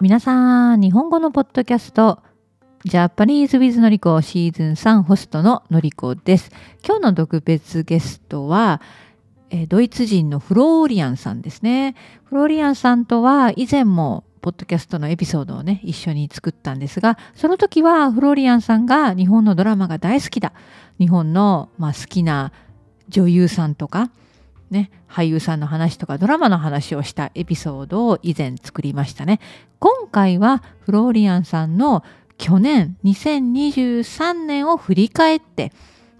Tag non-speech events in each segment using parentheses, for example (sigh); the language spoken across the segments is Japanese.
皆さん日本語のポッドキャストジャパニーズ・ウィズ・のりこシーズン3ホストののりこです今日の特別ゲストはえードイツ人のフローリアンさんですねフローリアンさんとは以前もポッドキャストのエピソードをね一緒に作ったんですがその時はフローリアンさんが日本のドラマが大好きだ日本の、まあ、好きな女優さんとかね、俳優さんの話とかドラマの話をしたエピソードを以前作りましたね。今回はフローリアンさんの去年2023年を振り返って、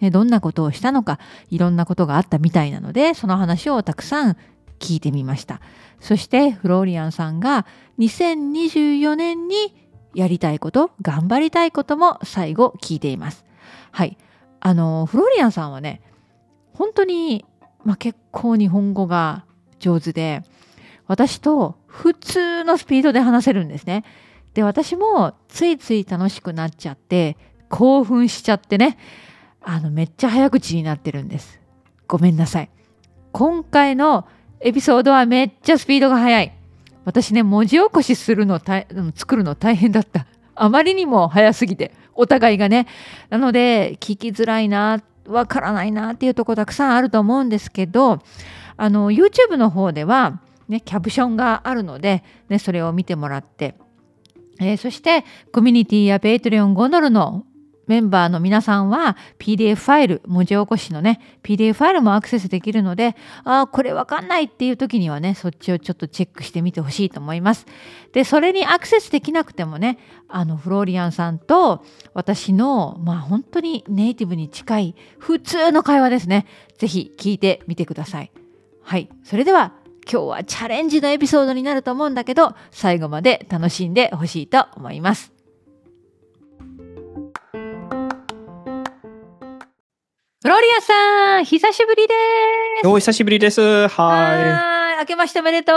ねどんなことをしたのかいろんなことがあったみたいなのでその話をたくさん聞いてみました。そしてフローリアンさんが2024年にやりたいこと頑張りたいことも最後聞いています。はい、あのフローリアンさんはね本当にまあ、結構日本語が上手で私と普通のスピードで話せるんですね。で私もついつい楽しくなっちゃって興奮しちゃってねあのめっちゃ早口になってるんです。ごめんなさい。今回のエピソードはめっちゃスピードが速い。私ね文字起こしするの大うん作るの大変だった。あまりにも早すぎてお互いがねなので聞きづらいなわからないなっていうところたくさんあると思うんですけどあの YouTube の方では、ね、キャプションがあるので、ね、それを見てもらって、えーそしてコミュニティやペイトレオンゴノルのメンバーの皆さんは PDF ファイル文字起こしのね PDF ファイルもアクセスできるのであーこれわかんないっていう時にはねそっちをちょっとチェックしてみてほしいと思います。でそれにアクセスできなくてもねあのフローリアンさんと私の、まあ、本当にネイティブに近い普通の会話ですね。ぜひ聞いてみてください。はい。それでは今日はチャレンジのエピソードになると思うんだけど、最後まで楽しんでほしいと思います。フローリアンさん、久しぶりです。 (laughs) お久しぶりです。ははーい。明けましておめでとう。い。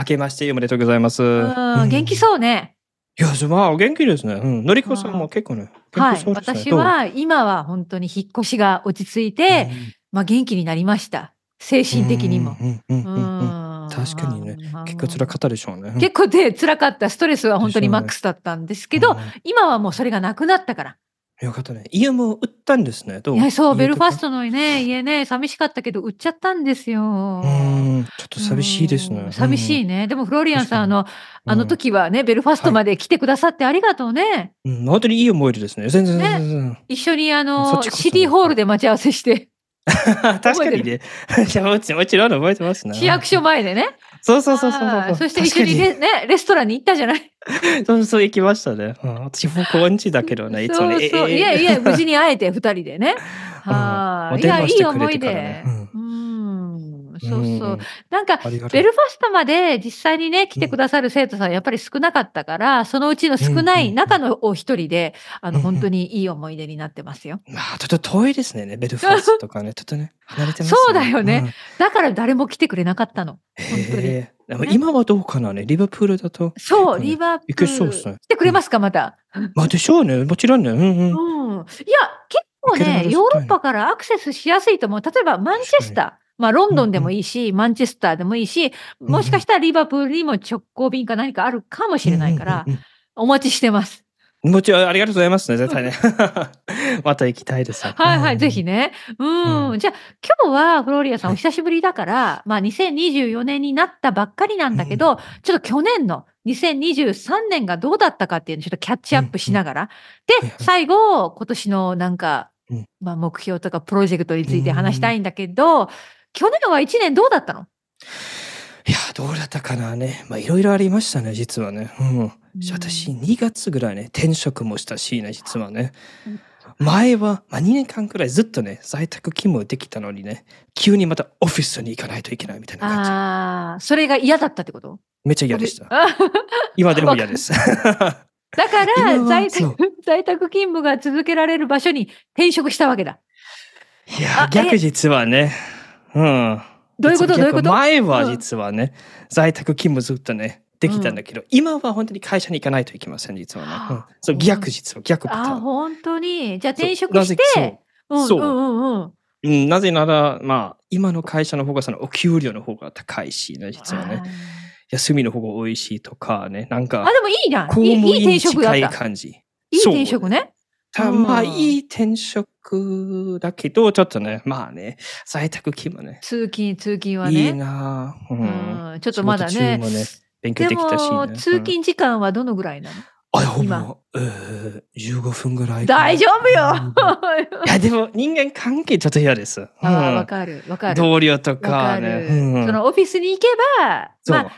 明けましておめでとうございます。うん、元気そうね。いや、まあ、お元気ですね。うん。のりこさんも結構ね。はい。元気そうですね私、は今は本当に引っ越しが落ち着いどうて、まあ、元気になりました精うん神的にも。うんううんうんうんうんん確かにねうん結構辛かったでしょうね。結構で辛かったストレスは本当にマックスだったんですけど、うん今はもうそれがなくなったからよかったね。家も売ったんですね。どういやそうベルファスト。トのね家ね寂しかったけど売っちゃったんですよ。うん。ちょっと寂しいですうね。ん寂しいね、でもフローリアンさんあのうんあの時はねベルファストまで来てくださってありがとうね、うん。うん。本当にいい思い出ですね。全然ね全然。 (laughs) 一緒にあそのっちこそシティホールで待ち合わせして確かに (laughs) ね。じゃあもちもちろん覚えてますね。市役所前でねそうそうそうそうあーそう。そして一緒に確レねレストランに行ったじゃないかにそうそう行きましたね。うん私もこんちだけ (laughs) どね。いつもね。そうそうええいやいや無事に会えて二人でね。 (laughs) うんはおい。い電やい話いしてく思れいてから出ね。。うんうんそうそん。うんなんかありがとベう。ルファスタまで実際にね来てくださる生徒さんやっぱり少なかったからそのうちの少なうんうんういん中のお一人であのうんうん本当にいい思い出になってますよ。まあ、ちょっと遠いですね、ベルファースト (laughs) とかね。ちょっとね、離れてます、そうだよねだから誰も来てくれなかったの。うん。本当にへえでも今はどうかなね、リバプールだと。そう結構ねリバプ行けそうっーすルね来てくれますかまた。まあ、でしょうね、もちろんね。うんううん。ん、いや結構いけるならね絶対ヨーロッパからアクセスしやすいと思う例えばマンチェスター、まあ、ロンドンでもいいし、マンチェスターでもいいしもしかしたらリバプールにも直行便か何かあるかもしれないから、うんうんお待ちしてます。うん。もちろん、ありがとうございますね、絶対ね。 (laughs) また行きたいです。はいはい、うんぜひ。ね。うん、うじゃあ今日はフローリアさんはおい久しぶりだから、まあ2024年になったばっかりなんだけど、ちょっと去年の2023年がどうだったかっていうのをちょっとキャッチアップしながら、うんではいはい最後今年のなんか、うんまあ目標とかプロジェクトについて話したいんだけど、去年は1年どうだったのいや、どうだったかなね。まあ、いろいろありましたね、実はね。うん。私、2月ぐらいね、転職もしたしね、実はねうん。前は、まあ、2年間くらいずっとね、在宅勤務できたのにね、急にまたオフィスに行かないといけないみたいな感じ。ああ、それが嫌だったってことめっちゃ嫌で (laughs) した。あ今でも嫌です。だか今らは在そう宅、在宅勤務が続けられる場所に転職したわけだ。いやあ、逆実はね。うん。どういうこと実どういうはこと逆前はうん実はね、在宅勤務ずっとね、できたんだけど、今は本当に会社に行かないといけません、実はね。うんそう、逆実は逆パタあーーン。本当に。じゃあそう転職しなぜて、うんそううんうんうん。うん、なぜなら、まあ、今の会社の方がそのお給料の方が高いしね、実はね。休みの方が多いしとかね、なんあかーあ、でもいいじゃん。公いい務いい員に転職だ近っいた。感じ。いいそう転職ね。たうんまあ、いい転職だけど、ちょっとね、まあね、在宅勤務ね、通勤通勤はね。いいなあうん。うんちょっとまだね仕。事中もね、勉強でできたし、もね。通うん勤時間はどのぐらいなの？あ、ほ今ぼ、えー、15分ぐらいかな。大丈夫 (laughs) よ。いや、でも人間関係ちょっと嫌です。うんああわかるわかる。同僚とわかかねる。。うんそのオフィスに行けば、そうまあ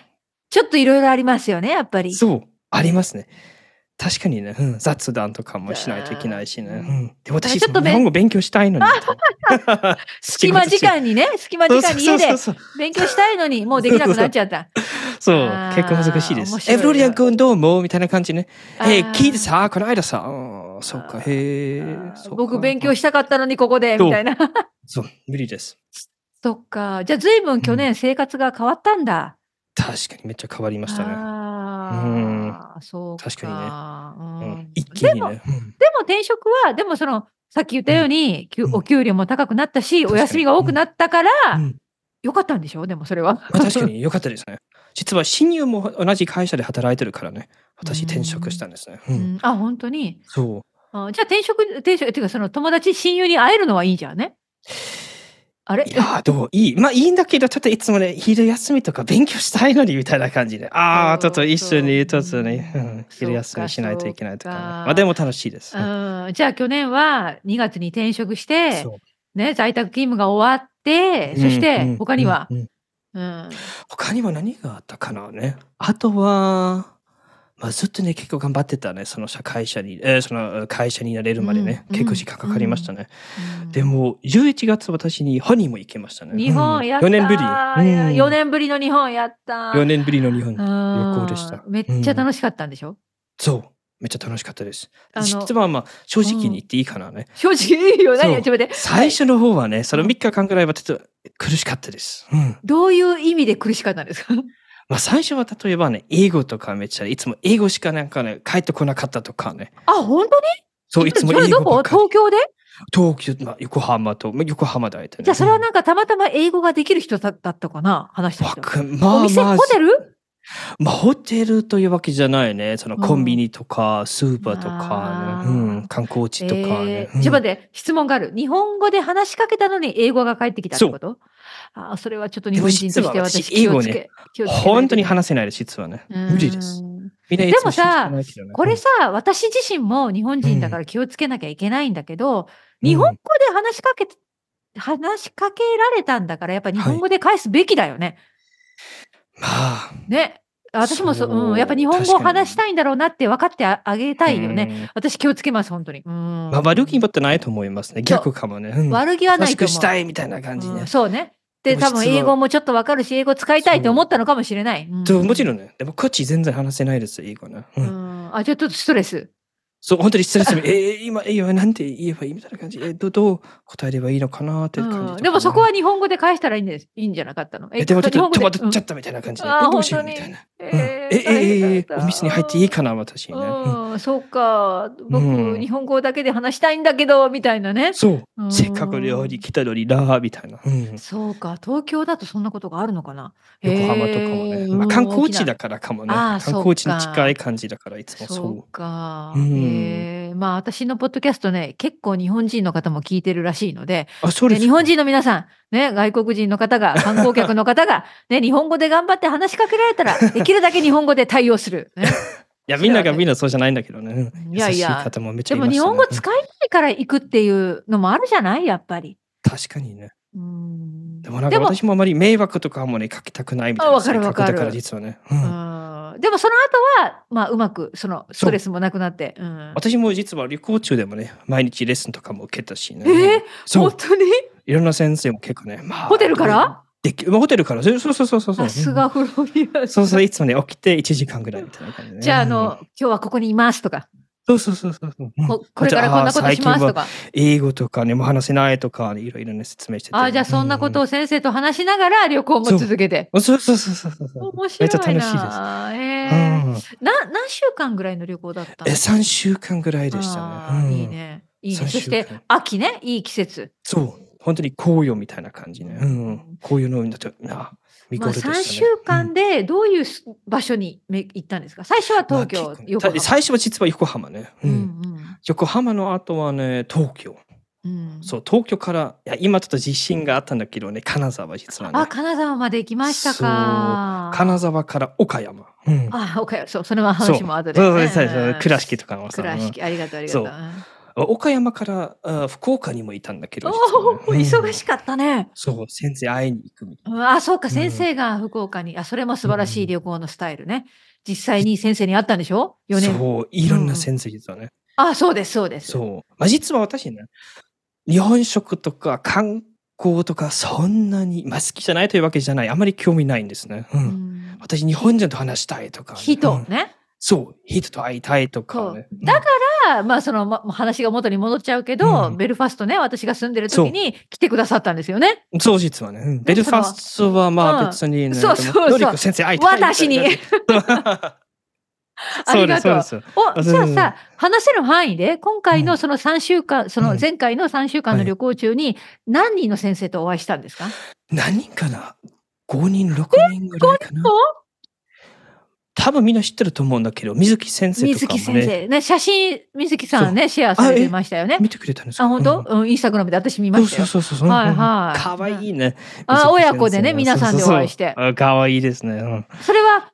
ちょっといろいろありますよねやっぱり。そう、ありますね。確かにね、うん、雑談とかもしないといけないしね。うん、で私、ちょっと日べん本語勉強したいのに。隙間時間にね隙間時間に家でそうそうそう勉強したいのにもうできなくなっちゃった。そうあー結構難しいで面す。白いエなブロリア君どうもみたいな感じね。あーえー、聞いてさ、この間さ、うんそうか、へえあー。そうか僕勉強したかったのにここでそうみたいな。そう、無理です。 (laughs) そっか。じゃあ随分去年生活が変わったんだ。確かにめっちゃ変わりましたね。ああ、そうか。確うにん、一気にでも、でね。 (laughs) うんも転職は、でもその、さっき言ったように、きゅうんお給料も高くなったし、確おかに休みが多くなったから、うんよかったんでしょでもそれは。確 (laughs) かに良かったですね。実は親友も同じ会社で働いてるからね。私うん転職したんですね。ううんん、あ、本当に。そう。あじゃあ転職、転職、っていうかその友達、親友に会えるのはいいじゃんね。あれいやーどういい。まあいいんだけど、ちょっといつもね、昼休みとか勉強したいのにみたいな感じで。ああ、ちょっと一緒に、ちそょうっとね、うんそう昼休みしないといけないとかね。そうかまあでも楽しいです。うん、じゃあ去年は2月に転職してそう、ね、在宅勤務が終わって、そしうんうてん他にはう、んうんうん、他には何があったかなね。あとは、まあ、ずっとね、結構頑張ってたね、その社会社に、えーその会社になれるまでね、うん結構時間かかりましたね。うんでも、11月私にハニーも行きましたね。日本やった4年ぶり。 4年ぶりの日本やった4年ぶりの日本。あー旅行でしためっちゃ楽しかったんでしょ、そう。めっちゃ楽しかったです。あの実はまあ、正直に言っていいかなね。正直いいよそう何やちょっと待って最初の方はね、その3日間ぐらいはちょっと苦しかったです。うん。どういう意味で苦しかったんですかまあ、最初は例えばね、英語とかめっちゃ、いつも英語しかなんかね、帰ってこなかったとかね。あ本当にそう、いつもそれ英ど語ばこっかり東京で東京、まあ、横浜と、まあ、横浜大体、ね。じゃあそれはなんかたまたま英語ができる人だだったかな話したわ人かんまあ、お店まあ、ホテルまあ、ホテルというわけじゃないね。そのうんコンビニとか、スーパーとあかーね。うん、観光地とかね。えーちょっと待って質問がある日本語で話しかけたのに英語が返ってきたってことあーそれはちょっと日本人としてでも実は私気を私つけ、英語ね気をうんつけないと本当に話せないです、実はね。無理です。うんみんないつも信じてないけどねこれさ、私自身も日本人だから気をつけなきゃいけないんだけど、日本語で話しかけ、話しかけられたんだから、やっぱ日本語で返すべきだよね。まあ、ね。私もそそうう、うん、やっぱ日本語を確かに話したいんだろうなって分かってああげたいよね。ね。私気をつけます、本当に。うんまあ、悪気もってないと思いますね。逆かもね。うん悪気はない楽しとく思う。したいみたいな感じうねん。そうね。で、でも多実は分英語もちょっと分かるし、英語使いたいと思ったのかもしれない。ともちろん。んね。でも、こっち全然話せないです、英語ね。ううんん、あ、じゃあちょっとストレス。そう、本当に失礼しました。えー、今、え今、なんて言えばいいみたいな感じ。えー、どどう答えればいいのかなって感じとかうんね。でもそこは日本語で返したらいいんです。いいんじゃなかったの。えでもちょっ日本と語戸で惑っちゃうんったみたいな感じで。あーえどうしよう本み当たにいな。うんええ、え、え、えー、お店に入っていいかな、私ね。うんうん、そうか。僕、うん日本語だけで話したいんだけど、みたいなね。そうう。んせっかく料理来たのにな、みたいな。うんそうか。東京だとそんなことがあるのかな。横浜とかもへね。ーまあ、観光地。うんだからかもね。あー観光地にそっか近い感じだから、いつもそそうか。うんへえまあ私のポッドキャストね、結構日本人の方も聞いてるらしいので、う。あ、そうで。です日本人の皆さん、ね、外国人の方 (laughs) が、観光客の方が、ね、日本語で頑張って話しかけられ (laughs) たら、できるだけ日本語で対応する。ねいや、みんながみんなそうじゃないんだけどね。うんいやいや優しい方もめっちゃでいもましたね日本語使いたいから行くっていうのもあるじゃないやっぱり。うん確かにね。うんでもなんでかも私もあまり迷惑とかもね、かけたくないみたいあなわかるわかる性格だから、実はね。うんうんでもその後は、まあ、うまくそのストレスもなくなって。うん私も実は旅行中でもね、毎日レッスンとかも受けたしね。えーそ本う、当にいろんな先生も結構ね、まあ、ホテルからできまあホテルから、そうそうそうそうそう。さすがフロリうアん。そうそう、う。いつもね、起きて1時間ぐらいみたいな感じで、ね。じゃあ、あうんの、今日はここにいますとか、そうそうそうそうそう。うんここれからこんなことしますとか。英語とかね、もう話せないとか、いろいろね、説明してて。ああ、じゃあそんなことうを先生と話しながら旅行も続けて。うんそうそうそうそうそうそう。面白めいっちゃ楽しいです。な。えうーん、な何週間ぐらいの旅行だったのえ、3週間ぐらいでしあたーね。うん、いいね。いいね。三そ週して間秋ね、いい季節。そう。本当に紅葉みたいな感じね。うんうん、紅葉の海だとな見まあ、頃でしたね。 3週間でどういうす場所にめ行ったんですか最初は東京、まあ結構横浜最初は実は横浜ね。ううんんうん横浜の後はね東京。うんそう東京からいや今ちょっと地震があったんだけどね金沢実はあね。金沢まで行きましたか金沢から岡山。うん。あ岡山そうそれは話も後で、そうそうそうそう倉敷ととかもさ。倉敷ありがとうありがとうそううんうん岡山からあ福岡にもいたんだけど。おお、実はね忙しかったね。そう先生会いに行くみたいうんあ、そうか、うん先生が福岡に、あ、それも素晴らしいうん旅行のスタイルね。実際に先生に会ったんでしょ ?4 な。年。そういろんな先生実はね。あ、そうです、そうです。そう。まあ、実は私ね、日本食とか観光とかそんなに、まあ、好きじゃないというわけじゃない。あまり興味ないんですね。うん。うん私、日本人と話したいとか、人うんね。そう。人と会いたいとそか、うね。だから、まあ、その、ま、話が元に戻っちゃうけど、うんベルファストね、私が住んでる時に来てくださったんですよね。うんそう、実はね。うんベルファストはまうんあ別にね、でもそうそうそうノリコ先生会いたいみたい私に (laughs) な。あそりうがです、とそううで。す。お、あじゃあ全然さ、話せる範囲で、今回うのんその3週間、そうのん前回の3週間のはい旅行中に、何人の先生とお会いしたんですか何人かな ?5 人、6人ぐらいかな人。多分みんな知ってると思うんだけど、水木先生と水かも木ね。先生。ね、写真、水木さんね、シェアされてましたよね。見てくれたんですかあ、本当、うん、インスタグラムで私見ましたそよう。そうそうそう。はいうんはいかわいいね。あ、水木先生親子でね、皆さんでお会いして。。かわいいですね。うんそれは、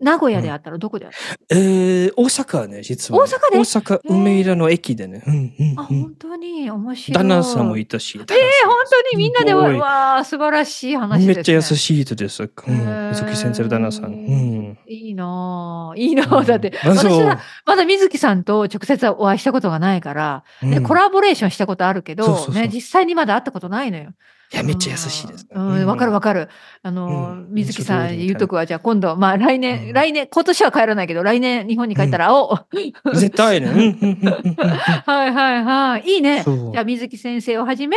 名古屋であったの、どこであったのえー大阪ね、実はね。大阪で大阪、ー梅田の駅でね。うんあ、うんう本当に面白ん。い。旦那さんもいたし。ええ、本えー本当にみんなでわ、すごいわあ素晴らしい話でめす、ね。っちゃ優しい人です。うんー水木先生の旦那さん。うん。いいなあいいなあだって、うん私そうはまだ水木さんと直接お会いしたことがないから、ねうんコラボレーションしたことあるけどそうそうそうね、実際にまだ会ったことないのよ。いや、めっちゃ優しいですね。うんうんわかるわかかる。あの、うん水木さ印象通りみんたいな言うとくわ。じゃあ今度、まあ来年、うん来年、今年は帰らないけど、来年日本に帰ったら会おう。る。絶対ね。うんうんうんうんうんはいはいはい。いいね。そうじゃあ水木先生をはじめ、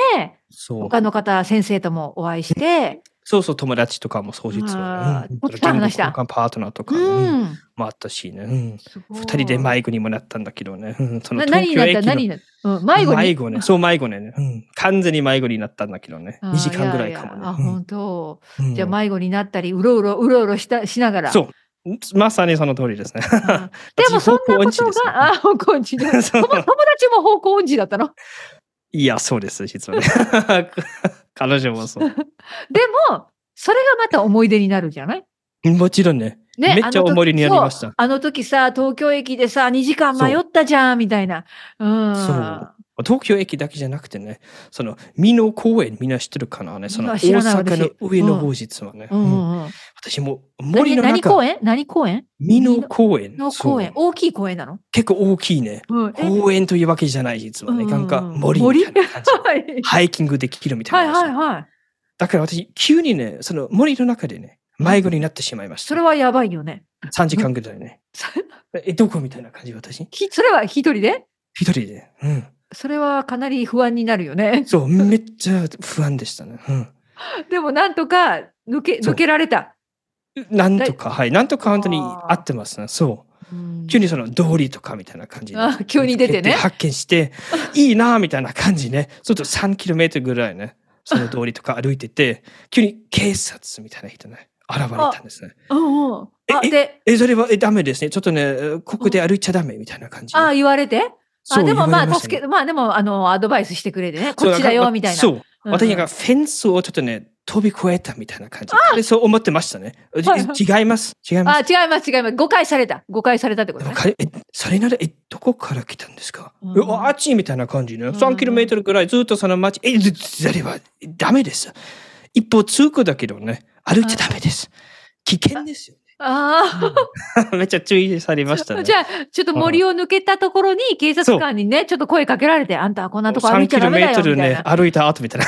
そう。他の方、先生ともお会いして、そうそう、友達とかもそう実あはーね。うんこっちと話した言語交換パートナーとかうねん。もあったしね。うんすごい二人で迷子にもなったんだけどね。うんそのな何東になった京駅の何になった、うん、迷子に迷子ね。そう迷子ね。うん完全に迷子になったんだけどね。あー2時間ぐらいかややあ、もね本当。うん。うんじゃあ迷子になったり、うろうろ、うろうろしたしながら。そう。まさにその通りですね。あでもそんなこと私方向が、音痴ですねあ、方向音痴で。友達 (laughs) (laughs) そうも方向音痴だったのいや、そうです、実はね。 (laughs) 彼女もそう。でも、それがまた思い出になるじゃないもちろんね。ね、めっちゃあの時思い出になりましそうたあの時さ、東京駅でさ、2時間迷ったじゃん、みたいな。うん。そう東京駅だけじゃなくてね、その、美濃公園みんな知ってるかなね。そいの、や大知らない阪の上の方実はね。うんうんうんうん、私もう森何の何公中、園何公園美濃公園。のそう公園大きい公園なの結構大きいね。うん。え公園というわけじゃない、実はね。うんなんか森みたいな感じ。はい (laughs) ハイキングできるみたはいいな。はいはい。だから私、急にね、その森の中でね、迷子になってしまいました。それはやばいよね。 3時間ぐらいね。そ (laughs) え、どこみたいな感じ、私。ひそれは一人で一人で。うん。それはかなり不安になるよね。 (laughs) そう、めっちゃ不安でしたね。でもなんとか抜けそう抜けられた。うん。なんとか、はい。なんとか本当にあー合ってますね。そうう。ん急にその道理とかみたいな感じであ急に出てね発 (laughs) 見して、いいなみたいな感じね。ちょっと3キロメートルぐらいね、その通りとか歩いてて、急に警察みたいな人ね、現れたんですね。うんうん。あえで、え、それは、え、ダメですね。ちょっとね、ここで歩いちゃダメみたいな感じ。あ言われて。そあうでもま言われあした助ねけ、まあでもあのアドバイスしてくれてね、そこうっちだなんよかみたいな。そう。うん私なんかフェンスをちょっとね、飛び越えたみたいな感じ。でそう思ってましたね。じはいは違います。違いあます。違います違います。誤解された。誤解されたってこでともね。彼えそれなら、え、どこから来たんですか、うんうわあっちみたいな感じね。ん3キロメートルぐらいずっとその街、え、ずずそれはえダメです。一歩通行だけどね、歩いちゃダメです。危険ですよ。あ (laughs) めっちゃ注意されましたあ、ね。じゃあ、ちょっと森を抜けたところに警察官にね、ちょっと声かけられて、あんたはこんなとこ歩い3ちゃキダロメメだーよトみルたいねな、。歩いた後みた (laughs) いな。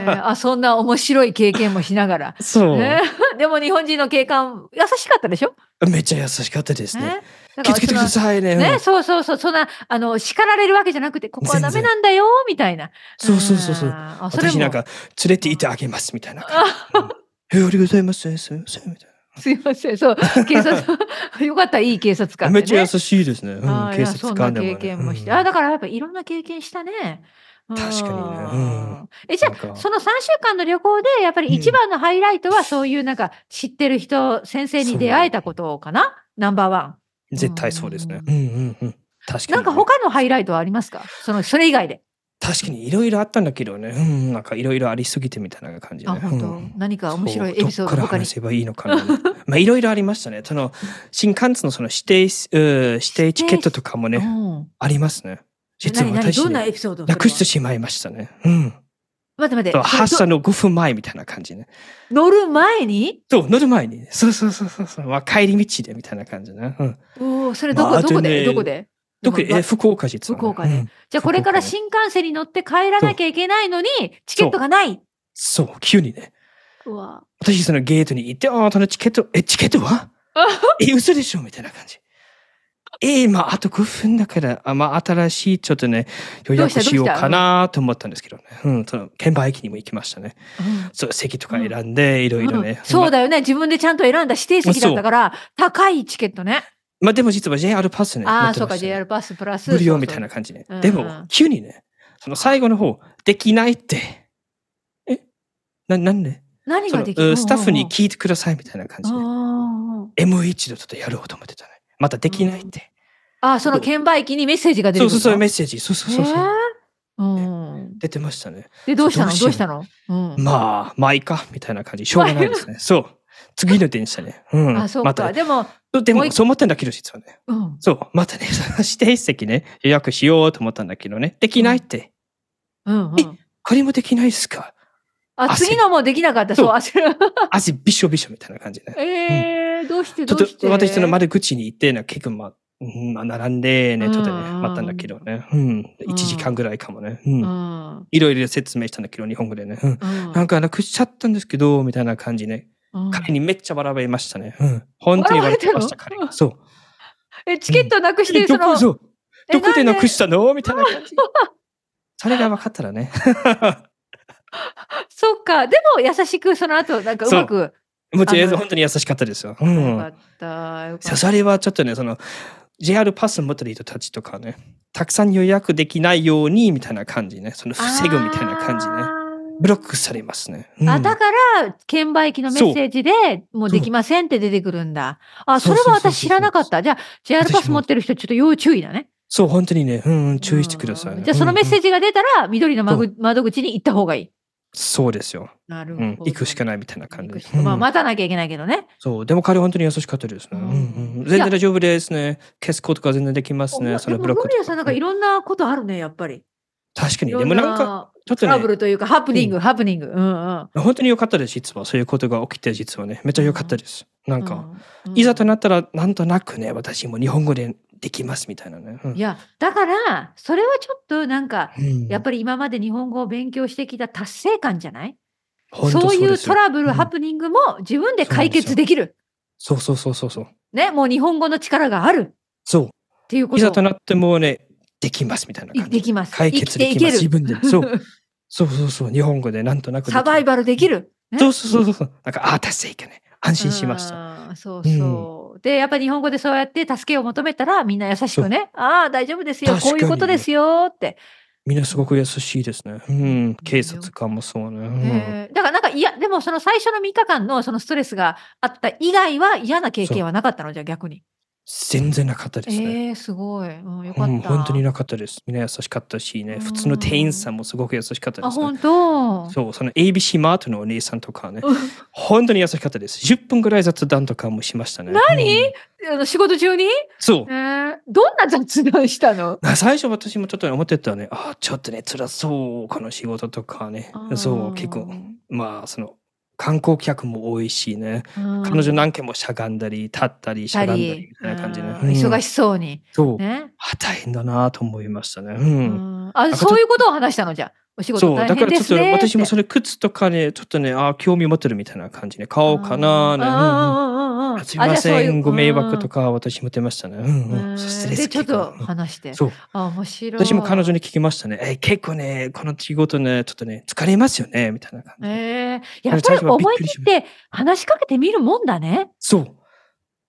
えーあそんな面白い経験もしながら。そう、ね、でも日本人の警官優しかったでしょ、めっちゃ優しかったですね。ね、だ気かをつけてくだらそさいね。のうんね、そうそうそうそんなあの叱られるわけじゃなくてここはダメ全然なんだよみたいなそうそうそうそう。んあそれも私なんか連れていてあげますみたいな感じ。うんえありがとうございます。すいませんみたい (laughs) すいませんそう警 (laughs) 察よかったいい警察な。官で、ね、めっちゃ優しいですね。うんあーい警やそ察んな官でもね。経験もして、うんあだからやっぱいろんな経験したね、確かにねうんえじゃなんあかその3週間の旅行でやっぱり一番のハイライトはそういうなんか知ってる人先生に出会えたことかなナンバーワン。絶対そうですね。ううんうんうん。確かにね、なんか他のハイライトはありますかそのそれ以外で。確かにいろいろあったんだけどね。うん、なんかいろいろありすぎてみたいな感じで、あね。本当、うん何か面白いそうエピソードどっか他らに話。せばいいのかな。 (laughs) まあいろいろありましたね。その新幹線のその指定す、うん指定チケットとかもうね、ん、ありますね。実は何何私どんなね、エピソードそれはなくしてしまいましたね。うん。待って待ってとそ発車れの5分前みたいな感じね。ど乗る前にと乗る前に、そうそうそうそうそう、まあ、帰り道でみたいな感じね。うん。おおそれどこ、まああどとこねでどこで特に、なんえか福岡実は、福岡ねうんじゃあこれから新幹線に乗って帰らなきゃいけないのにチケットがない。そう、急にね。うわ私そのゲートに行って、ああ、そのチケット、え、チケット (laughs) はあえ、嘘でしょみたいな感じ。えー、まあ、あと5分だから、あまあ、新しい、ちょっとね、予どうした約しようどうしたかなと思ったんですけどね。うん、その、券売機にも行きましたね。そう、席とか選んで、いろういんろうんね。そうまあ。だよね自分でちゃんと選んだ指定席だったから高いチケットね。まあ、でも実は JR パスね。あ持あってそうまかしたね JR パスプラス。無料みたいそうな感じねうん。でうんも、急にね、その最後の方、できないって。えな、なんでそう何そがの、うできるんスタッフに聞いてくださいみたいな感あじーで。M1 度ちょっとやろうと思ってたね。またできないって。あーその券売機にメッセージが出そるうそうそう、メッッセージ。そうそうそうそう。うん、出てましたね。でどうしたのどどううししたよの、うんまあ、まあいいか、みたいな感じ。しょうがないで (laughs) すね。そう。次の電車ね。うん。あそうか、また。でも、でもうも、一そう思ったんだけど、実はね。うん、そう。またね、 (laughs) その指定席ね、予約しようと思ったんだけどね。できないって。うんうんこれもできないっすかあ焦る次のもできなかったそうそう焦る汗びしょびしょみたいな感じね。えー、どうしてちょどっうしてと、私そのま窓口に行って、な結局、まあ、うんまあ、並んでね、ちょっとうんうね、ん待ったんだけどね。うん。1時間ぐらいかもね。うう。んんうんいろいろ説明したんだけど、日本語でね。うん。なんかなくしちゃったんですけど、みたいな感じね。うん彼にめっちゃ笑われましたね。うん。本当に笑ってました、笑彼われたのが。そう。えチケットなくしてどその、こそうえどこでなくんしたのみたいな感じ。それが分かったらね。で (laughs) そっかでも優しくその後なんかうまくもうとりあえあずの本当に優しかったですよ。うよかん。ったよかそっそれはちょっとね、その、JR パス持ってる人たちとかね、たくさん予約できないようにみたいな感じね、そのた防ぐみたいな感じね、ねブロックされますね。うんあ、だから、券売機のメッセージで、もうできませんって出てくるんだ。あ、そそうれはそうそう私そう知らなかった。じゃあ、JR パス持ってる人、ちょっと要注意だね。そう、本当にね、うんうん、注意してくださうい。んじゃあ、そのメッセジ。ージが出たら、緑のまぐ窓口に行った方がいい。そうですよ。なるうほど。ん。行くしかないみたいな感行じくでしす。かまあ、うん待たなきゃいけないけどね。そう、でも彼は本当に優しかったですね。ううんんうん、い全や然大丈夫ですね。消すことが全然できますおね。そでのも、ブロッロクミオとさんなんかか。いろんなことあるね、やっぱり。確いかに。ろでんもなんか、なちょトっとラブね、ルというか、ハプニング、ハプニング。うんうん。本当に良かったです、実は。そういうことが起きて、実はね。めっちゃ良かったです。なんか、うん、いざとな。なったら、なんとなくね、私も日本語でできますみたいなね。うんいや、だから、それはちょっと、なんか、うんやっぱり今まで日本語を勉強してきた達成感じゃない本当そういうですよトラブル、うんハプニングも自分で解決できる。そうそうそうそうそう。ね、もう日本語の力があるそっていうこう。いとざをとなってもね、できますみたいない感でじ。きます。解決できま生きす。自てい分で。ける。そう。そうそうそう。日本語でなんとなくできる (laughs) サバイバルできる。ねそうそうそうそう。なんか、あ、達成いかね。安心しました。た。そうそう。で、やっぱり日本語でそうやって助けを求めたら、みんな優しくね、ああ、大丈夫ですよ、確かこにういうことですよって。みんなすごく優しいですね。うん、警察官もそうね。うんえーだからなんか、いや、でもその最初の3日間のそのストレスがあった以外は嫌な経験はなかったのじゃあ逆に。全然なかったですね。えー、すごい。うん、よかうった。ん、本当になかったです。みんな優しかったしね、うん普通の店員さんもすごく優しかったあ、です、ね本。当。そう、その ABC マートのお姉さんとかね、うん本当に優しかったです。10分ぐらい雑談とかもしましたね。何うんあの仕事中に、そうえ。ー、どんな雑談したのあ最初私もちょっと思ってたね、あちょっとね、辛そう、この仕事とかね。そう、結構、まあ、その、観光客も多いしね、彼女ん何件もしゃがんだり、立ったり、しゃがんだり、みたいな感じね。うん忙しそうに。そう。ね、あ大変だなと思いましたね。うん。うんあそういうことを話したのじゃあお仕事そう、大だか変らでちょっすとねって私もそれ靴とかね、ちょっとね、あ興味持ってるみたいな感じね。買おうかなねうんうんあすみません、ご迷惑とかか私も出ましたね。うんうん。そう失礼でちょっと結構話してうんそう。あ面白い私も彼女に聞きましたね。え、結構ね、この仕事ね、ちょっとね、疲れますよね、みたいな感じ。えー、や彼っぱ女最り初はびっ思いくりし切っましたて話しかけてみるもんだね。そう。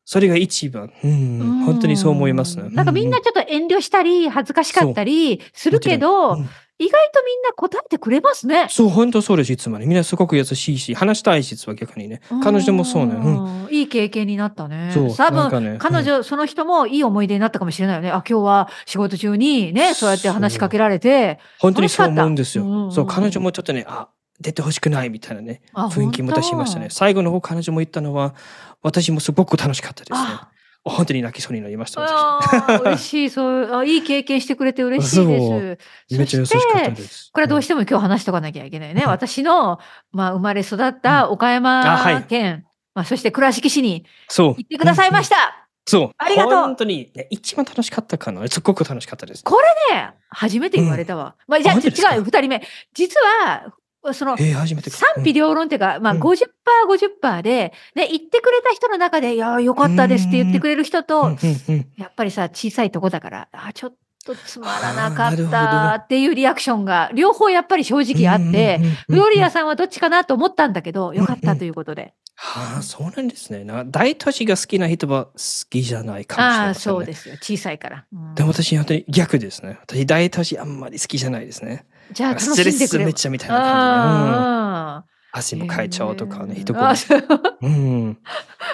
それが一番。うん。うん本当にそう思いますね。なんかみんなちょっと遠慮したり恥ずかしかったりするけど、もちろんうん意外とみんな答えてくれますね。そう、本当そうです、いつまで。みんなすごく優しいし、話したい質は逆にね。彼女もそうね。うん。ん。いい経験になったね。そう、多なん分かね。彼うん女、その人もいい思い出になったかもしれないよね。あ、今日は仕事中にね、そうやって話しかけられて、本当にそう思うんですよ。楽しかったうんそう、彼女もちょっとね、あ、出てほしくないみたいなね、あ雰囲気も出しましたね。。最後の方、彼女も言ったのは、私もすごく楽しかったですね。あ、本当に泣きそうになりました。私あー (laughs) 嬉しい、そういうあ、いい経験してくれて嬉しいです。めっちゃ優しかったです。これはどうしてても今日話しとかなきゃいけないね。うん私の、まあ、生まれ育った岡あは山い県、まあ、そして倉敷市にそう。。行ってくださいましたた。そう。ありがとう本当に、ね一番楽しかったかな。すごく楽しかったです。ねえ初めて言われたわ。まあ、じゃあ、あ本当ですか違う、二人目。実は、その、えー、初めてか。賛否両論っていうか、まあうん50%、50%で、ね、言ってくれた人の中で、いやー、よかったですって言ってくれる人うんと、うんうんやっぱりさ、小さいとこだから、あー、ちょっとつまらなかあーなるっほたどっていうリアクションが、両方やっぱり正直あって、、フロリアス。さんはどっちかなと思ったんだけど、よかっうんたうんということで。はあ、そうなんですね。な大都市が好きな人は好きじゃないかもしれあまあ、せんそうね。ですよ。小さいから。うんでも私、本当に逆ですね。私、大都市あんまり好きじゃないですね。じゃあ、楽ストレしんでスくれよめっちゃみたいな感じで。うんあ汗ーもかいちゃうとかね、へー人混あーそうみ。うん。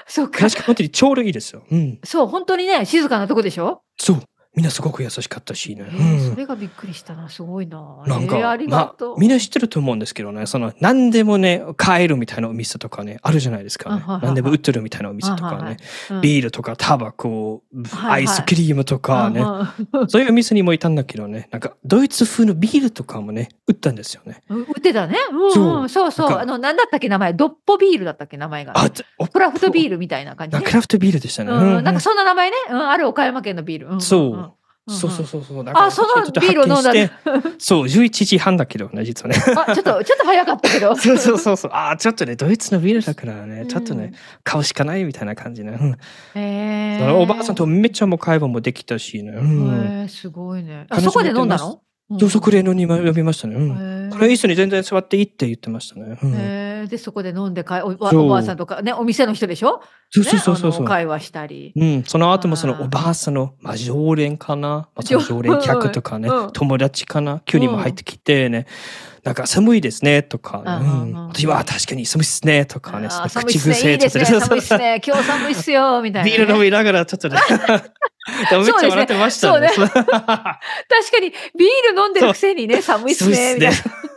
そうか確。か本当にちょうどいいですよ。うん。そう、本当にね、静かなとこでしょそう。みんなすごく優しかったしね。へーうそん。れがびっくりしたな、すごいな。なんか、へーありがまとう。あ、みんな知ってると思うんですけどね、その、何でもね、買えるみたいなお店とかね、あるじゃないですか、あはねはは。何でも売ってるみたいなお店とあかはいはいね、うんビールとかタバコ、はいはアいイスクリームとかね、あそういうお店にもいたんだけどね、なんか、ドイツ風のビールとかもね、売ったんですよね。うん売ってたね。うんそううん、そうそう。なんかあの、なんだったっけ、名前。ドッポビールだったっけ、名前が。あ、つおクラフトビールみたいな感じあねク。ラフトビールでしたね。うんううんんなんかそんな名前ね。うんある岡山県のビールうんうんうん。そう。そうそううそうそう。だあその私ちょっと発見ビールを飲んだねしてそう、11時半だけどね、実 (laughs) はね。んうん。あ、ちょっ (laughs) と、ちょっと早かったけど。そうそうそうそう。あーちょっとね、ドイツのビールだからうね、んちょっとね、顔しかないみたいな感じね。うんへそえ。のおばあさんとめっちゃもう会話もできたしね。うんへえ、すごいね。あ、楽しそみこで飲んだになのそうそこで飲み飲みましたね。うんへえこれ椅子に全然座っていいって言ってましたね。うんへえで、そこで飲んでかいお、そうおばあさんとか、ね、お店の人でしょそうそうそうそうねそあのう。会話したり。うん、その後もそあのーおばあさんの、まあ、常連かな、まあ、その常連客とかね、うん友達かな急にも入ってきてね、なんか寒いですねとか、あうーんあー私は確かに寒いっすねとかね、あそーの寒い口っすね、い癖いですとかね、ね寒いっすね、今日寒いっすよ、みたいな (laughs) ビね、ール飲みながらちょっ (laughs) とね、でもめっちゃ笑ってましたね。そ確かに、ビール飲んでるくせにね、寒いっすそうね、みたいな。 (laughs)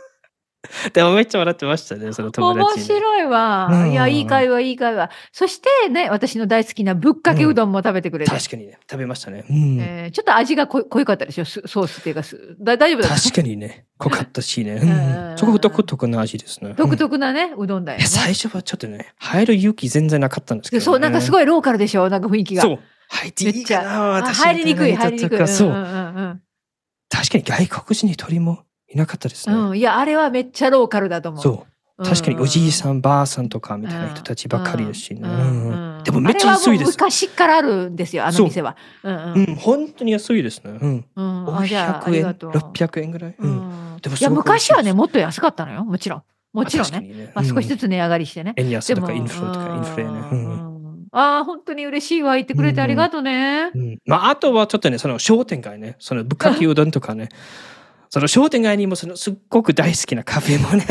でもめっちゃ笑ってましたね、その友面達に。白いわ。うんいや、いい会話、いい会話。そしてね、私の大好きなぶっかけうどんも食べてくれて。確かにね、食べましたね。うんえーちょっと味が濃い濃いかったでしょ、スソースっていうか、すだ大丈夫だった確かにね、濃かったしね。うんうん、そこ独特な味ですね。うん独特なね、うどんだよ、いねや。最初はちょっとね、入る勇気全然なかったんですけでど、ね。そう、なんかすいごいローカルでしょ、なんか雰囲気が。そう。入っていいかな、あ私入りにくい、入りにくい。そうんうう。んうん確かに外国人に鳥もいなかったですね。うんうん。いや、あれはめっちゃローカルだと思う。そうう。確かにおじいんさん、ばあさんとかうんみたいな人たちばっかりですしね。ううんうんんうんでもめっちゃ安いであれはもうす昔からあるんですよ、あの店は。うんううんん、本当に安いですね。うん。うんあじゃああ500り円、がとう600円ぐらい。ううん。んいでもやすごく美昔味しいですはねもっと安かったのよもちろんもちろん確かね、にね。まあ、少しずつ。つ値上がりしてね、円安でともかインフレとかインフレね。ううんんああ本当に嬉しいわ言ってくれてありがとうね、うんまあ、あとはちょっとね、その商店街ね、そのぶっかけうどんと (laughs) かね、その商店街にもそのすっごく大好きなカフェも (laughs) ね、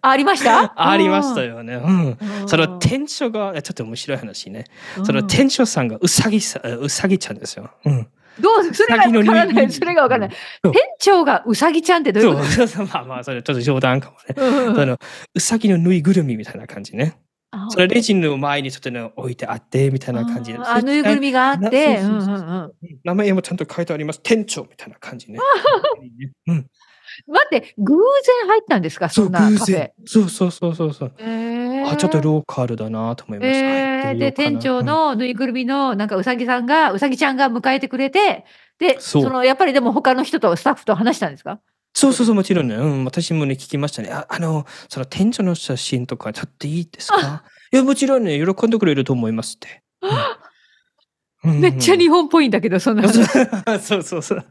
あありました (laughs) ありました、よね。うん。うんその店長が、ちょっと面白い話ね。うんその店長さんがうさぎさ、うさぎちゃんですよ。うん。どうそれがわからないそれがわからないうん店長がうさぎちゃんってどういうことそうそう、まあまあ、それちょっと冗談かもね。うんうんそのうさぎのぬいぐるみみたいな感じね。あそれレジの前にちょっとね、置いてあって、みたいな感じで。ああぬいぐるみがあってそうそうそううんうそうんうん名前もちゃんと書いてあります。店長みたいな感じね。うん、待って偶然入ったんですかそそうんなカフ偶ェ然。そうそうそうそうそう。あちょっとローカルだなと思いました。えー入ってみよでうかな店長、のぬいぐるみのなんかうさぎさんがうさぎちゃんが迎えてくれてでそそうのやっぱりでも他の人とスタッフと話したんですかそうそうそうもちろんね、うん、私もね聞きましたねああのその店長の写真とか撮っていいですかいやもちろんね喜んでくれると思いますって、うんうんうんめっちゃ日本っぽいんだけどそんな話 (laughs) そうそうそう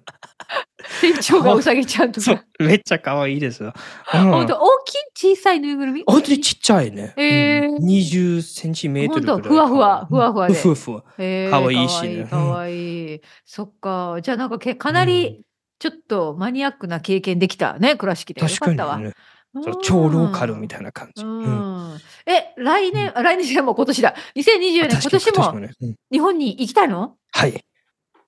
店長がうさぎちゃんとそかうめっちゃ可愛いですよ、うん本当大きい小さいぬいぐるみ本当にちっちゃいね、へー二十センチメートルぐらいほんとふわふわふわふわでふわふわへー可愛いしねかわいいかわいいそっかじゃあなんかけかなりちょっとマニアックな経験できたね倉敷でよ確かったかわにね。うんその超ローカルみたいな感じ。ううんんえ来年、あ来年じゃないもう今年だ2020年今確かに年もねうん日本に行きたいのはい。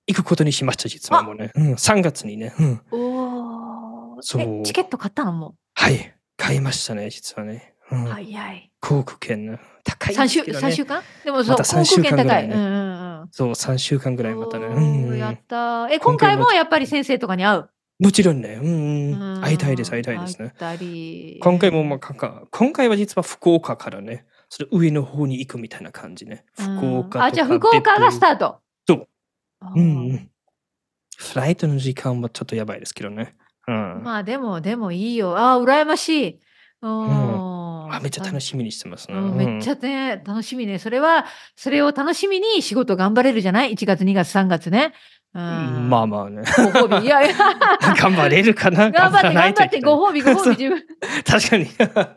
行くことにしました、実はもうね。うん、3月にね。うん。おーそうえチケット買ったのもはい。買いましたね、実はね。うん。う早い航空券ね。高いんで三す週けど三ね週。間でもそまう、た航三週空間券高い。ぐうらいねんうんうん。そう、3週間ぐらいまたね。おうーんうんやうっん。た。え、今今回回ももやっぱり先生とかに会う。もちろんね。うんううん。ん会いたいです、会いたいです会ねっ。たり今回もまあ、かか今回は実は福岡からね、それ上の方に行くみたいな感じね。うん福岡とか。あ、じゃあ福岡がスタート。そうあー。別府うんうん。フライトの時間はちょっとやばいですけどね。うん。まあでも、でもいいよ。あー、羨ましい。うんあめっちゃ楽しみにしてますね。うん、めっちゃ。ゃね、楽しみね。それは、それを楽しみに仕事頑張れるじゃない ?1 月、2月、3月ね。うまあまあね。あ。ご褒美。いやいや、 (laughs) 頑張れるかな頑張って、な頑いと張いっけて、ないご褒美、ご褒美、自分。確かに。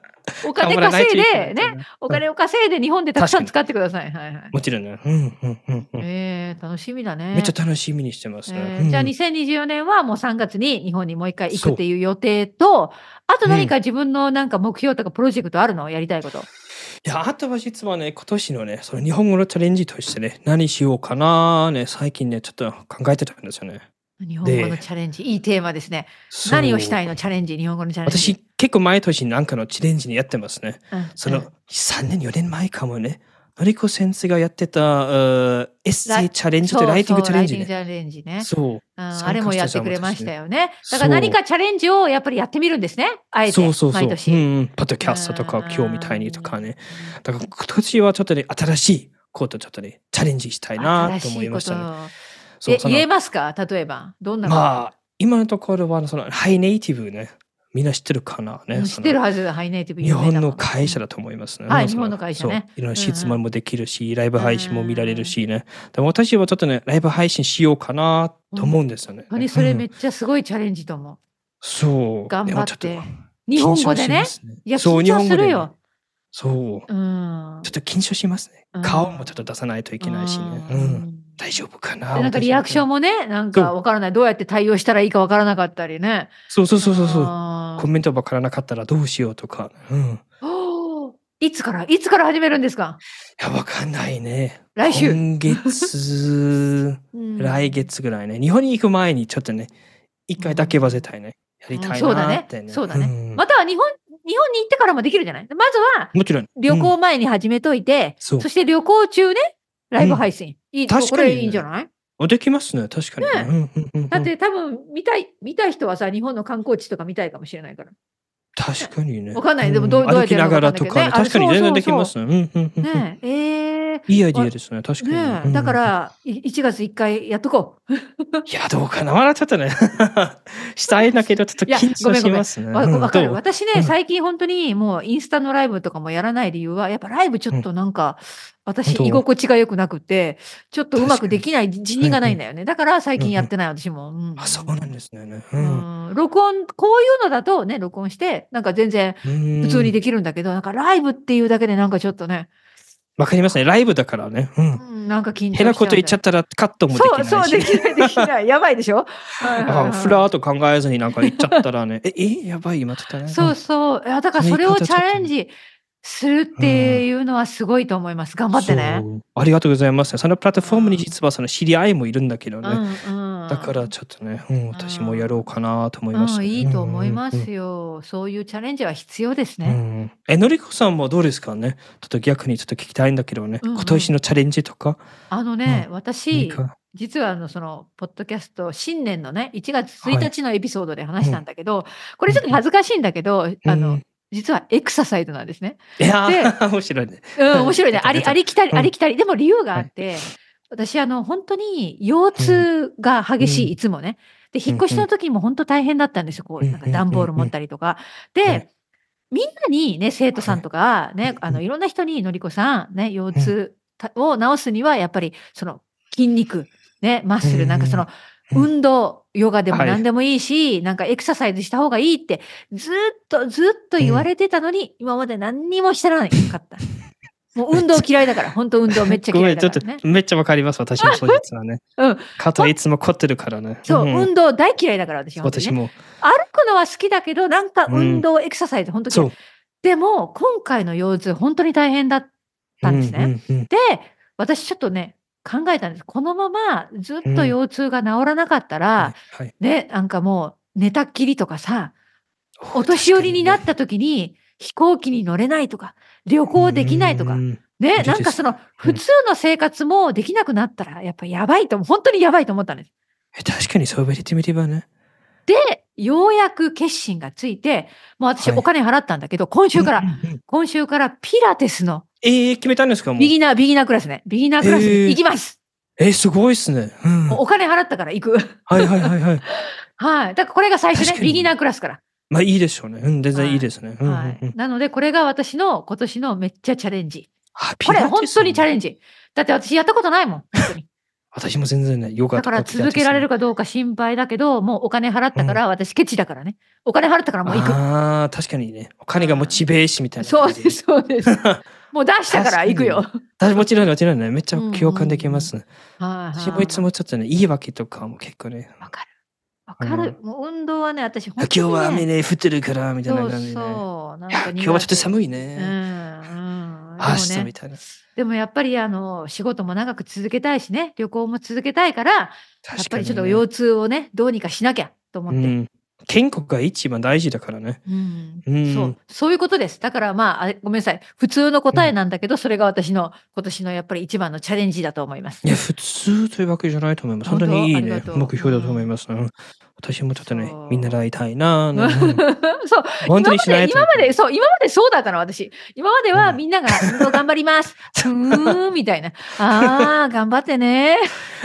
おお金金稼稼いいで、でねね、。お金を稼いで日本でたくさん確使ってください。はいはい。もちろんね。うんうんうんうん。えー、楽しみだね。めっちゃ楽しみにしてますね。えうーんじゃあ2024年はもう3月に日本にもう一回行そうくっていう予定と、あとうん何か自分のなんか目標とかプロジェクトあるのやりたいこと。いや、あとは実はね、今年のね、その日本語のチャレンジとしてね、何しようかなーね、最近ね、ちょっと考えてたんですよね。日本語のチャレンジ、いいテーマですね。そう何をしたいのチャレンジ、日本語のチャレンジ。私、結構毎年なんかのチャレンジにやってますね。うんそうんの、3年、4年前かもね、のりこ先生がやってた、うーエッセイチャレンジそうとそうライティングチャレンジライテね。ィングチャレンジね。そう。うん参加あれもやってくれましたよね。しただかじゃんら私ね何かチャレンジをやっぱりやってみるんですね。あえてそうそうそ毎う。うん年。うん、パッドキャストとかうん今日みたいにとかね。だから今年はちょっとね、新しいことちょっとね、チャレンジしたいな新とし思いいまこしたね。と。そうえその言えますか例えば。どんなことまあ、今のところは、その、ハイネイティブね、みんな知ってるかなうね。ん知ってるそのはずだ、ハイネイティブ日有名だもん。本の会社だと思いますね。はいそ日本の会社ねそういろんな質問もできるし、ライブ配信も見られるしね。でも私はちょっとね、ライブ配信しようかなと思うんですよね。本当にそれうんめっちゃすごいチャレンジと思。そうう。頑で張もっちょてと。日本語で緊張しまね。すねいや、そう、緊日張本す語でるね。よ。そう。うんちょっ。と緊張しますねう。ん顔もちょっと出さないといけないしね。うん、大丈夫かな。でなんかリアクションも。もね、なんそかうわからない。どうやって対応したらいいかわからなかったりね。そうそうそうそうそう。あーコメントばからなかったらどうしようとか。うん。いおーいつからいつから始めるんですかや、わかんないね。来週 (laughs) 今月、来月ぐらいね。日本に行く前にちょっとね、一回だけは絶対ね、やりたいなってね。うんそうだねそうだんまたは日本、日本に行ってからもできるじゃないまずはもちろん。旅うん行前に始めといて、そうそして旅行中ね、ライブ配信。いい、確かにこれいいんじゃないあできますね。確かにね。うんうんうんうんだって多分見たい、見たい人はさ、日本の観光地とか見たいかもしれないから。確かにね。わかんないうんでもどうどうや歩ってきやなるのがからわかんなといけどねかね。確かにあれ全そ然うできますね。うんうんうんうん。ねえ、えーいいアイディアですね。確かに。ねうえ、んだから、い1月1回やっとこう。いや、どうかな。笑っちゃったね。 (laughs) したいんだけど、ちょっといや緊張しますね。わうんわかどる。う私うね、ん最近本当にもうインスタのライブとかもやらない理由は、やっぱライブちょっとなんか、私本当居心地が良くなくて、ちょっとうまくできない、自信がないんだよね。だから最近やってない、私も。うんあ、そうなんですね。う。うんん録音、こういうのだとね、録音して、なんか全然普普通にでできるんだけど、なんかライブっていうだけでなんかちょっとね、わかりますね。ライブだからね。うん。うんなんか緊張しちゃ変なこと言っちゃっったらカットもできないし。そう、そう、できない、できない。やばいでしょ、はいはいはいあふらーっと考えずになんか言っちゃった (laughs) らね。え、え、やばい、今ちょっとね。そんうそう。いやだからそれをチャレンジするっていうのはすごいと思います。頑張ってねそ。うありがとうございます。そのプラットフォームに実はその知り合いもいるんだけどね。だだからちょっとね、うん、私もやろうかなと思いましたうん、ね。いいと思いまうんうんうんすよ。そういうチャレンジは必要ですうね。ん、えのりこさんもどうですかねちょっと逆にちょっと聞きたいんだけどね、うんうん今年のチャレンジとかあのね、何私、か実はあのそのポッドキャスト新年のね1月1日のエピソードで話したんだけど、これちょっと恥ずかしいんだけど、あうのん実はエクササイズなんですね。いやでー面白いねうはいん、面白いね。出たあり、出たありきたり、うんありきたり。でも理由があって、私、あの、本当に腰痛が激しうんい、いつもね。で、引っ越しの時にも本当大変だったんですよ。こう、なんか段ボール持ったりとか。はいで、みんなにね、生徒さんとか、ね、あの、いろんな人に、のりこさん、ね、腰痛たを治すには、やっぱり、その、筋肉、ね、マッスうんうル、んなんかその、うん運動、ヨガでもはい何でもいいし、なんかエクササイズした方がいいって、ずーっと、ずーっと言われてたのに、今まで何にもしてなかった。もう運動嫌いだから、本当運動めっちゃご嫌めいん、ちょだっかとらね。めっちゃわかります、私もそうですわね。 (laughs) うん肩いつも凝ってるからね。そう、ん運動大嫌いだから私、本当に私ね、も。歩くのは好きだけど、なんか運動、エクササイズ、本当にそ嫌うい。。でも、今回の腰痛、本当に大変だったんですね。うんうんうんで、私ちょっとね、考えたんです。このままずっと腰痛が治らなかったら、はいはいね、なんかもう寝たっきりとかさ、お年寄りになった時に飛行機に乗れないとか、旅行できないとか、うんね、ですなんかその普通の生活もできなくなったら、やっぱやばいと思う、本当にやばいと思ったんです。え確かにそう言われてみればね。で、ようやく決心がついて、もう私はいお金払ったんだけど、今週から、うんうんうん。今週からピラティスのええ決めたんですかもうビ。ギナー、ビギナークラスね、ビギナークラスに行きます。えー、すごいっすね。うもん。うはお金払ったから行く。いはいはいはい。はい。だからこれが最初確ね、かにビギナークラスから。まあいいでしょうね。うん、全は然いいいですね。うんうんうんはい。なので、これが私の今年のめっちゃチャレンジ。あこれ本当にチャンジ。レンジ。だって私やったことないもん。本 (laughs) 当に。私も全然ね、ヨガだとからピラティス続けられるかどうか心配だけど、もうお金払ったから、私ケチだからね。お金払ったからもう行く。ああ、確かにね。お金がモチベーションみたいなそう感じ。です、そうです。 (laughs) もう出したから行くよ。私もちろん、もちろんね、めっちゃ共感できますね。はいはい私もいつもちょっとね、言い訳とかも結構ね、わかる。わかる。もう運動はね、私本当今日に、ね、は雨ね、降ってるから、みたいなそう感じでね。そう。なんいやか苦手今日はちょっと寒いうんね。うん。でも明日ねみたいな。でもやっぱりあの仕事も長く続けたいしね旅行も続けたいからやっ確ぱかりにちょねっと腰痛をねどうにかしなきゃと思って、うん。健康が一番大事だからね。うんうんそうそういうことですだからまああれごめんなさい普通の答えなんだけど、それが私の今年のやっぱり一番のチャレンジだと思います。いや、普通というわけじゃないと思います。本当にいい本ね当ありがと、う目標だと思います。うん私もちょっとねそう、見習いたいなぁ。うんう (laughs) ん (laughs) そう本当にしないと。今まで今までそう今までそうだったの私今まではうんみんなが「運動頑張り (laughs) ます」うーんみたいな「あー頑張ってね」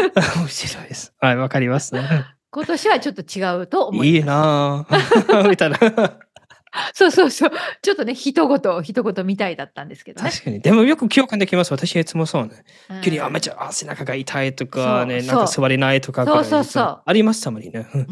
(laughs) 面白いです。はい、わかりますね。今年はちょっと違うと思いますいいな (laughs) ぁ。みたいな。確そうそうそう。ちょっとね、一言、一言みたいだったんですけどね。かに。でもよく共感できます。私はいつもそうね。うん急に、あ、めっちゃあ背中が痛いとかね、そうなんかそ座れないとかからそうそうそうあります、たまにね。うんうん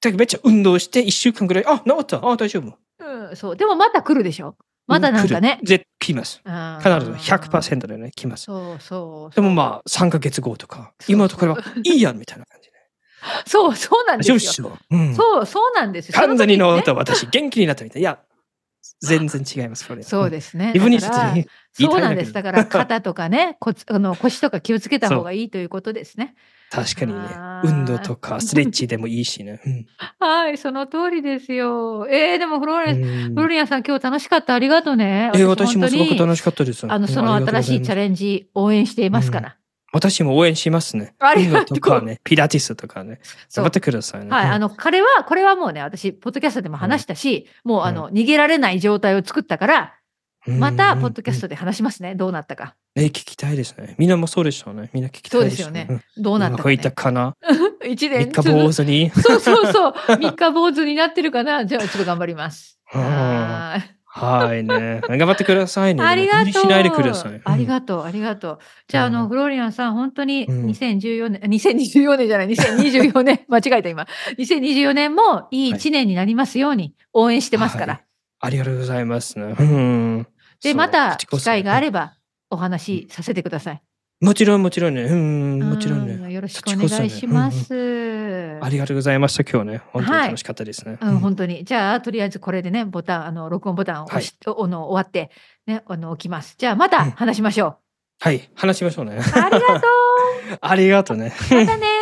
だけどめっちゃ運動して1週間ぐらい、あ、治った。あ、大丈夫。うん、そう。でもまた来るでしょまだなんかね来る。絶対来ます。必必ず100%でね、来ます。そうそう。でもまあ、3ヶ月後とか、そう今のところはいいやんみたいな感じで。そうそうなん大です丈夫よっ。しょ。うん。そうそうなんですよ。完全にその治っ時た私、元気になったみたい。いや、全然違います、これ。ねそうですね。自分にちだょっかとらね言いそたういなんだでけす。どだから肩とかね、 (laughs) 骨あの腰とか気をつけた方がいいということですね。確かにねあ、ー運動 (laughs) とかストレッチでもいいしね。うんはい、その通りですよ。えー、でもフローレンス、フうロんーリアさん今日楽しかった。ありがとうね。え私もすごくし楽しかったです。あの、その新しいチャレンジ。レンジ応援していますから。私も応援しますね。あり運動がととうかね、ピラティスとかね。そ頑張うっ。てくださいね。はい、うんあの、彼は、これはもうね、私、ポッドキャストでも話したし、もう、あの、逃げられない状態を作ったから、また、ポッドキャス。うんうんトで話しますね。どうなったか。え、聞きたいですね。みんなもそうでしょうね。みんな聞きたいでしょそうですよねんどうなったまか、くね。いたかな一三年日続坊主に。そうそうそう。三日坊主になってるかな。じゃあ、ちょっと頑張り (laughs) ます。うんはーいはいね。頑張ってくださいね。ありが無理とう。しないでください。うんありがとう、ありがとう。じゃあ、あうの、んフローリアンさん、本当にうん2014年、2024年じ (laughs) ゃない、2024年、 (laughs) 間違えた今。2024年もいい一年になりますように応援してますから。はいありがとうございますね。うん。で、また機会があば。ればお話しさせてください。もちろん、もちろんね。うん、もちろんうね。よろしくお願いします。うんありがとうございました。今日ね。本当にはい楽しかったですね。うん、本当に。じゃあ、とりあえずこれでね、ボタン、あの、録音ボタンを押し、あの終わって、ね、あの、置きます。じゃあ、また話しましょはい。話しましょうね。う。ありがとう。 (laughs) ありがとうね。またね